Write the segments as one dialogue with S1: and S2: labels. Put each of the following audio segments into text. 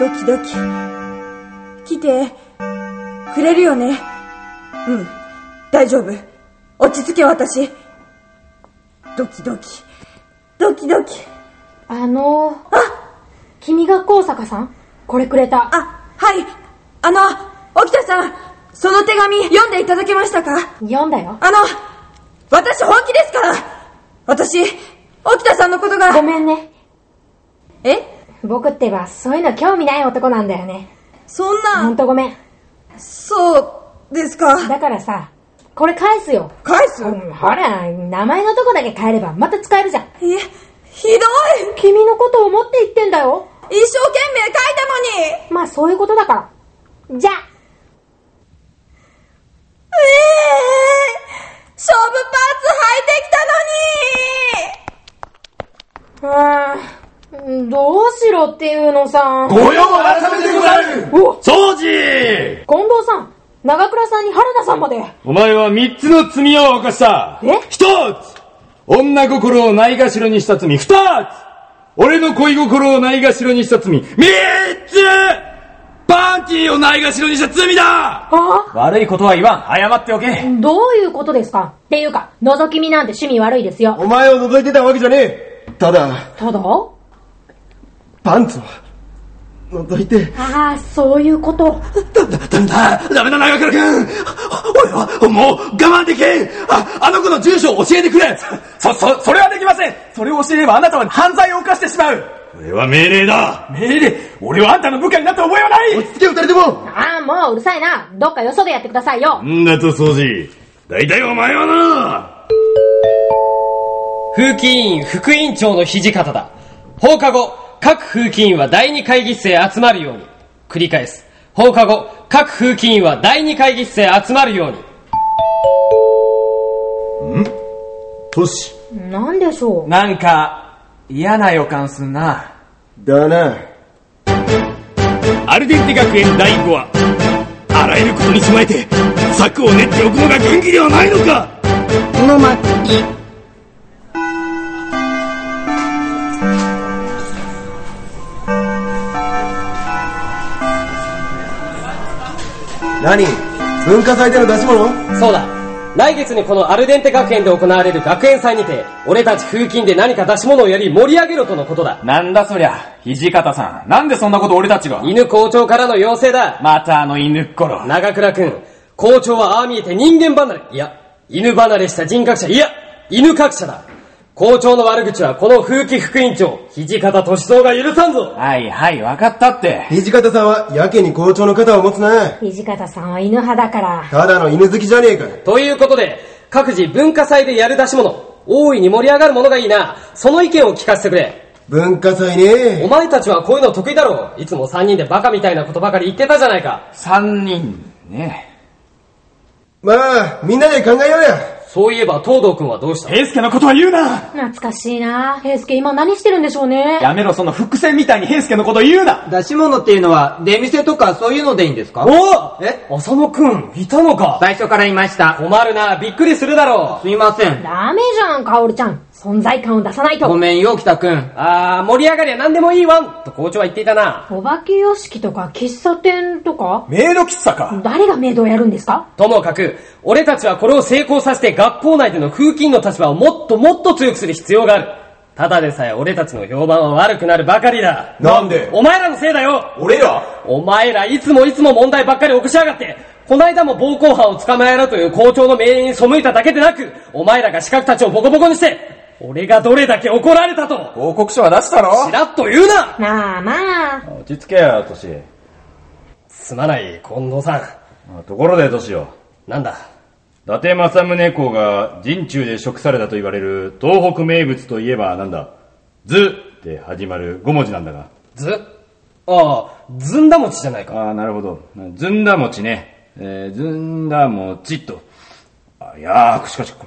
S1: ドキドキ。来て、くれるよね。うん、大丈夫。落ち着け、私。ドキドキ。ドキドキ。
S2: あのー、君が高坂さんこれくれた。
S1: あ、はい。あの、沖田さん、その手紙読んでいただけましたか
S2: 読んだよ。
S1: あの、私本気ですから私、沖田さんのこと
S2: ご
S1: が、
S2: めんね。
S1: え
S2: 僕ってば、そういうの興味ない男なんだよね。
S1: そん
S2: ほん
S1: な、
S2: とごめん。
S1: そうですか
S2: だからさ、これ返すよ。
S1: 返す
S2: うん、ほら、名前のとこだけ変えればまた使えるじゃん。
S1: え、ひどい
S2: 君のことを思って言ってんだよ。
S1: 一生懸命書いたのに
S2: まあそういうことだから。じゃあ
S1: ええ勝負パーツ履いてきたのに
S2: うーん、どうしろっていうのさ。近
S3: ご用改めてござる
S2: お
S3: 掃除
S2: 藤さん、長倉さんに原田さんまで。
S3: お前は三つの罪を犯した
S2: え
S3: 一つ女心をないがしろにした罪二つ俺の恋心をないがしろにした罪三つパンティーをないがしろにした罪だ
S2: あ
S4: 悪いことは言わん。謝っておけ。
S2: どういうことですかっていうか、覗き見なんて趣味悪いですよ。
S5: お前を覗いてたわけじゃねえただ、
S2: ただあ
S5: パンツを覗いて、
S2: あ、そういうこと。
S3: ダメだダメだ長倉君俺はもう我慢できんああの子の住所を教えてくれ
S4: そ、そ、それはできませんそれを教えればあなたは犯罪を犯してしまう
S3: これは命令だ
S4: 命令俺はあんたの部下になった覚えはない
S5: 落ち着け二人とも
S2: ああ、もううるさいな。どっかよそでやってくださいよ。
S3: んだと掃除大体お前はな
S6: 風紀委員副委員長の土方だ。放課後、各風紀委員は第二会議室へ集まるように。繰り返す。放課後、各風紀委員は第二会議室へ集まるように。
S5: トシ。
S2: なんでしょう。
S4: なんか、嫌な予感すんな。
S5: だな。
S3: アルデンテ学園第5話あらゆることに備えて策を練っておくのが元気ではないのか
S7: の巻
S5: 何文化祭での出し物
S6: そうだ。来月にこのアルデンテ学園で行われる学園祭にて、俺たち風紀委員で何か出し物をやり盛り上げろとのことだ。
S4: なんだそりゃ、土方さん。なんでそんなこと俺たちが
S6: 犬校長からの要請だ。
S4: またあの犬っころ。
S6: 長倉くん、校長はああ見えて人間離れ、いや、犬離れした人格者、いや、犬格者だ。校長の悪口はこの風紀副委員長、土方歳三が許さんぞ
S4: はいはい、わかったって。
S5: 土方さんはやけに校長の肩を持つな。
S2: 土方さんは犬派だから。
S5: ただの犬好きじゃねえか。
S6: ということで、各自文化祭でやる出し物、大いに盛り上がるものがいいな、その意見を聞かせてくれ。
S5: 文化祭
S6: お
S5: ね。
S6: 前たちはこういうの得意だろう。いつも三人でバカみたいなことばかり言ってたじゃないか。
S4: 三人、ね。
S5: まあ、みんなで考えようや。
S6: そういえば、東堂くんはどうした
S4: 平介のことは言うな
S2: 懐かしいな。平介今何してるんでしょうね。
S4: やめろ、その伏線みたいに平介のこと言うな
S7: 出し物っていうのは出店とかそういうのでいいんですか
S6: お
S7: え
S6: 浅野くん、いたのか
S7: 最初からいました。
S6: 困るな、びっくりするだろ
S7: すいません。
S2: ダメじゃん、カオルちゃん。存在感を出さない
S7: ご
S2: と。
S7: めんよ、北くん
S6: う。。あー、盛り上がりゃ何でもいいわんと校長は言っていたな。
S2: お化け屋敷とか喫茶店とか
S4: メイド喫茶か。
S2: 誰がメイドをやるんですか
S6: ともかく、俺たちはこれを成功させて学校内での風紀委員の立場をもっともっと強くする必要がある。ただでさえ俺たちの評判は悪くなるばかりだ。
S5: なんで
S6: お前らのせいだよ
S5: 俺ら
S6: お前らいつもいつも問題ばっかり起こしやがってこないだも暴行犯を捕まえろという校長の命令に背いただけでなく、お前らが資格たちをボコボコにして、俺がどれだけ怒られたと、
S4: 報告書は出したろ
S6: ちらっと言うな
S2: まあまあ。
S3: 落ち着けよトシ
S6: すまない、近藤さん。
S3: ところでトシよ
S6: なんだ
S3: 伊達政宗公が人中で食されたと言われる東北名物といえばなんだ図って始まる5文字なんだが
S6: ずああ、ずんだ餅じゃないか。
S3: ああなるほどずんだ餅ね、えー、ずんだ餅っとあいやーしかしこ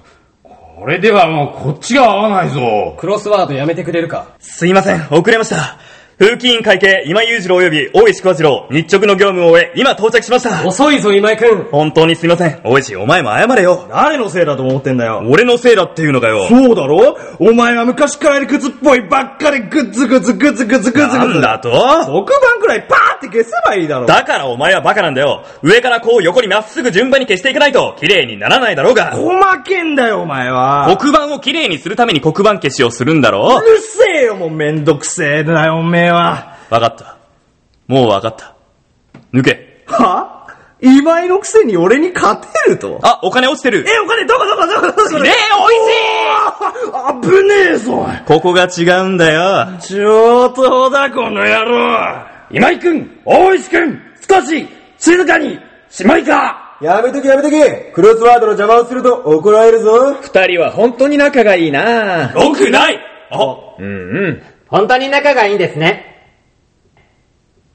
S3: これではもうこっちが合わないぞ
S6: クロスワードやめてくれるか
S4: すいません、遅れました。
S8: 風紀委員会計、今裕次郎及び大石桑次郎、日直の業務を終え、今到着しました。
S6: 遅いぞ、今井くん。
S8: 本当にすみません。大石、お前も謝れよ。
S9: 誰のせいだと思ってんだよ。
S8: 俺のせいだっていうのかよ。
S9: そうだろお前は昔から理屈っぽいばっかりグツグツグツグツグツ
S8: な
S9: グ
S8: ん
S9: ツ。
S8: だと
S9: 黒板くらいパーって消せばいいだろ。
S8: だからお前はバカなんだよ。上からこう横にまっすぐ順番に消していかないと、綺麗にならないだろうが。
S9: 細けんだよ、お前は。
S8: 黒板を綺麗にするために黒板消しをするんだろ
S9: うるせえよ、もうめんどくせえなよ、おめえは。
S8: わかった。もうわかった。抜け。
S9: は今井のくせに俺に勝てると
S8: あ、お金落ちてる。
S9: え、お金どこどこどこどこ
S8: ねえ、
S9: おいしい危ねえぞ
S8: ここが違うんだよ。
S9: 上等だ、この野郎今井くん、大石くん、少し、静かに、しまいか
S5: やめとけやめとけクロスワードの邪魔をすると怒られるぞ
S10: 二人は本当に仲がいいな
S8: よくないあ、
S7: 本当に仲がいいんですね。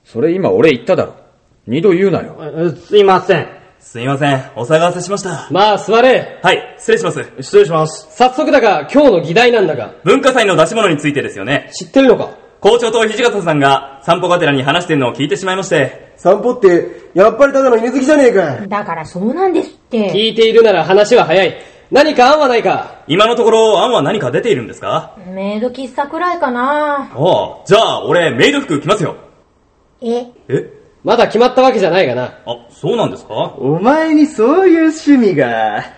S10: それ今俺言っただろ。二度言うなよ。
S7: うすいません。
S8: すいません。お騒がせしました。
S6: まあ、座れ。
S8: はい、失礼します。
S9: 失礼します。
S6: 早速だが、今日の議題なんだが、
S8: 文化祭の出し物についてですよね。
S6: 知ってるのか
S8: 校長と土方さんが散歩がてらに話してるのを聞いてしまいまして。
S5: 散歩って、やっぱりただの犬好きじゃねえか
S2: だからそうなんですって。
S6: 聞いているなら話は早い。何か案はないか
S8: 今のところ案は何か出ているんですか
S2: メイド喫茶くらいかな
S8: ああ、じゃあ俺メイド服着ますよ。
S2: え、
S8: え
S6: まだ決まったわけじゃないがな。
S8: あ、そうなんですか
S10: お前にそういう趣味が。
S8: 違う。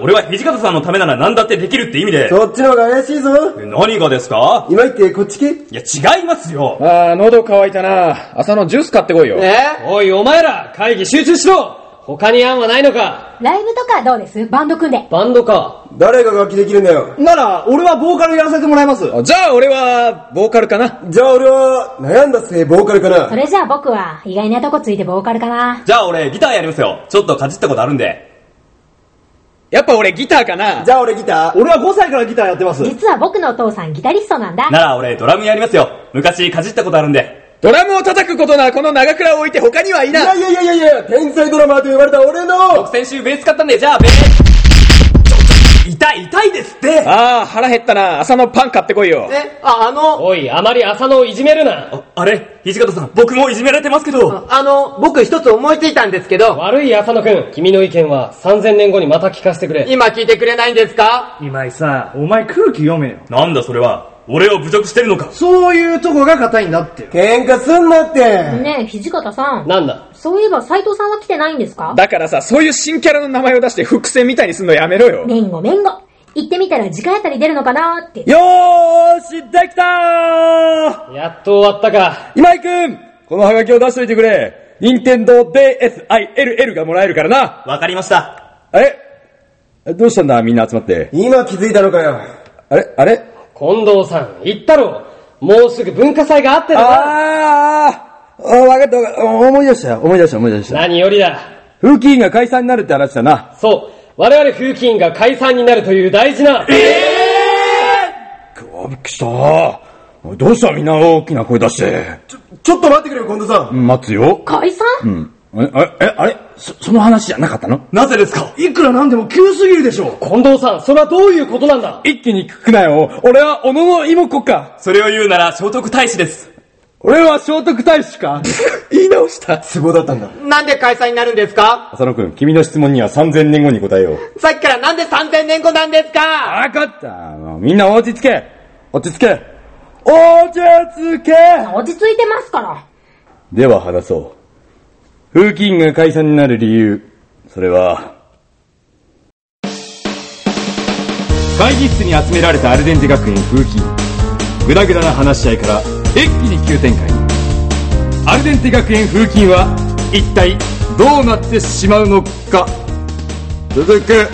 S8: 俺は土方さんのためなら何だってできるって意味で。
S5: そっちの方が怪しいぞ
S8: え何がですか
S5: 今言ってこっち来
S8: いや、違いますよ。
S10: ああ、喉乾いたな朝のジュース買ってこいよ。
S7: え
S6: おい、お前ら、会議集中しろ他に案はないのか
S2: ライブとかどうですバンド組んで。
S6: バンドか。
S5: 誰が楽器できるんだよ
S4: なら、俺はボーカルやらせてもらいます。
S10: あじゃあ俺は、ボーカルかな。
S5: じゃあ俺は、悩んだ末ボーカルか
S2: そ
S5: な
S2: れじゃあ僕は意外なとこついてボーカルかな。
S8: じゃあ俺ギターやりますよ。ちょっとかじったことあるんで。
S10: やっぱ俺ギターかな。
S5: じゃあ俺ギター
S4: 俺は5歳からギターやってます。
S2: 実は僕のお父さんギタリストなんだ。
S8: なら俺ドラムやりますよ。昔かじったことあるんで。
S10: ドラムを叩くことならこの長倉を置いて他にはい
S5: い
S10: な
S5: や
S10: い。
S5: いやいやいやいや天才ドラマーと呼ばれた俺の
S8: 先週ベース買ったんで、じゃあベース。痛い、痛いですって
S10: ああ、腹減ったな朝のパン買ってこいよ。
S7: え、あ、あの、
S6: おい、あまり浅野をいじめるな。
S8: ああれ土方さん、僕もいじめられてますけど。
S7: あの、僕一つ思いついたんですけど、
S6: 悪い浅野くん、君の意見は3000年後にまた聞かせてくれ。
S7: 今聞いてくれないんですか
S4: 今井さ、お前空気読めよ。
S8: なんだそれは。俺を侮辱してるのか。
S4: そういうとこが硬いんだってよ。
S5: 喧嘩すんなって
S2: ねえ、土方さん。
S6: なんだ
S2: そういえば斎藤さんは来てないんですか
S10: だからさ、そういう新キャラの名前を出して伏線みたいにすんのやめろよ。
S2: めんごめんご。行ってみたら次回あたり出るのかなって。
S4: よーし、できたー
S6: やっと終わったか。
S4: 今井くんこのハガキを出しといてくれ任天堂 DSILL がもらえるからな
S8: わかりました。
S4: あれどうしたんだみんな集まって。
S5: 今気づいたのかよ
S4: あれあれ
S6: 近藤さん、言ったろもうすぐ文化祭があってだな。
S4: あーあーわかったわかった。思い出したよ。思い出した思い出した。
S6: 何よりだ。
S4: 風紀委員が解散になるって話だな。
S6: そう、我々風紀委員が解散になるという大事な。
S4: びっくりした。おいどうしたみんな大きな声出して。
S5: ちょっと待ってくれよ近藤さん
S4: 待つよ。
S2: 解散、
S4: え、え、あれそ、その話じゃなかったの
S8: なぜですか
S4: いくらなんでも急すぎるでしょう
S6: 近藤さん、それはどういうことなんだ
S4: 一気に聞くなよ。俺は、小野の妹子か。
S8: それを言うなら聖徳太子です。
S4: 俺は聖徳太子か。言い直した。
S5: 都合だったんだ
S7: なんで解散になるんですか
S3: 浅野くん、君の質問には3000年後に答えよう。
S7: さっきからなんで3000年後なんですか
S4: わかった。もうみんな落ち着け。落ち着け。落ち着け
S2: 落ち着いてますから。
S3: では話そう。風紀委員が解散になる理由、それは、会議室に集められたアルデンテ学園風紀委員。グダグダな話し合いから、一気に急展開に。アルデンテ学園風紀委員は、一体どうなってしまうのか。続く。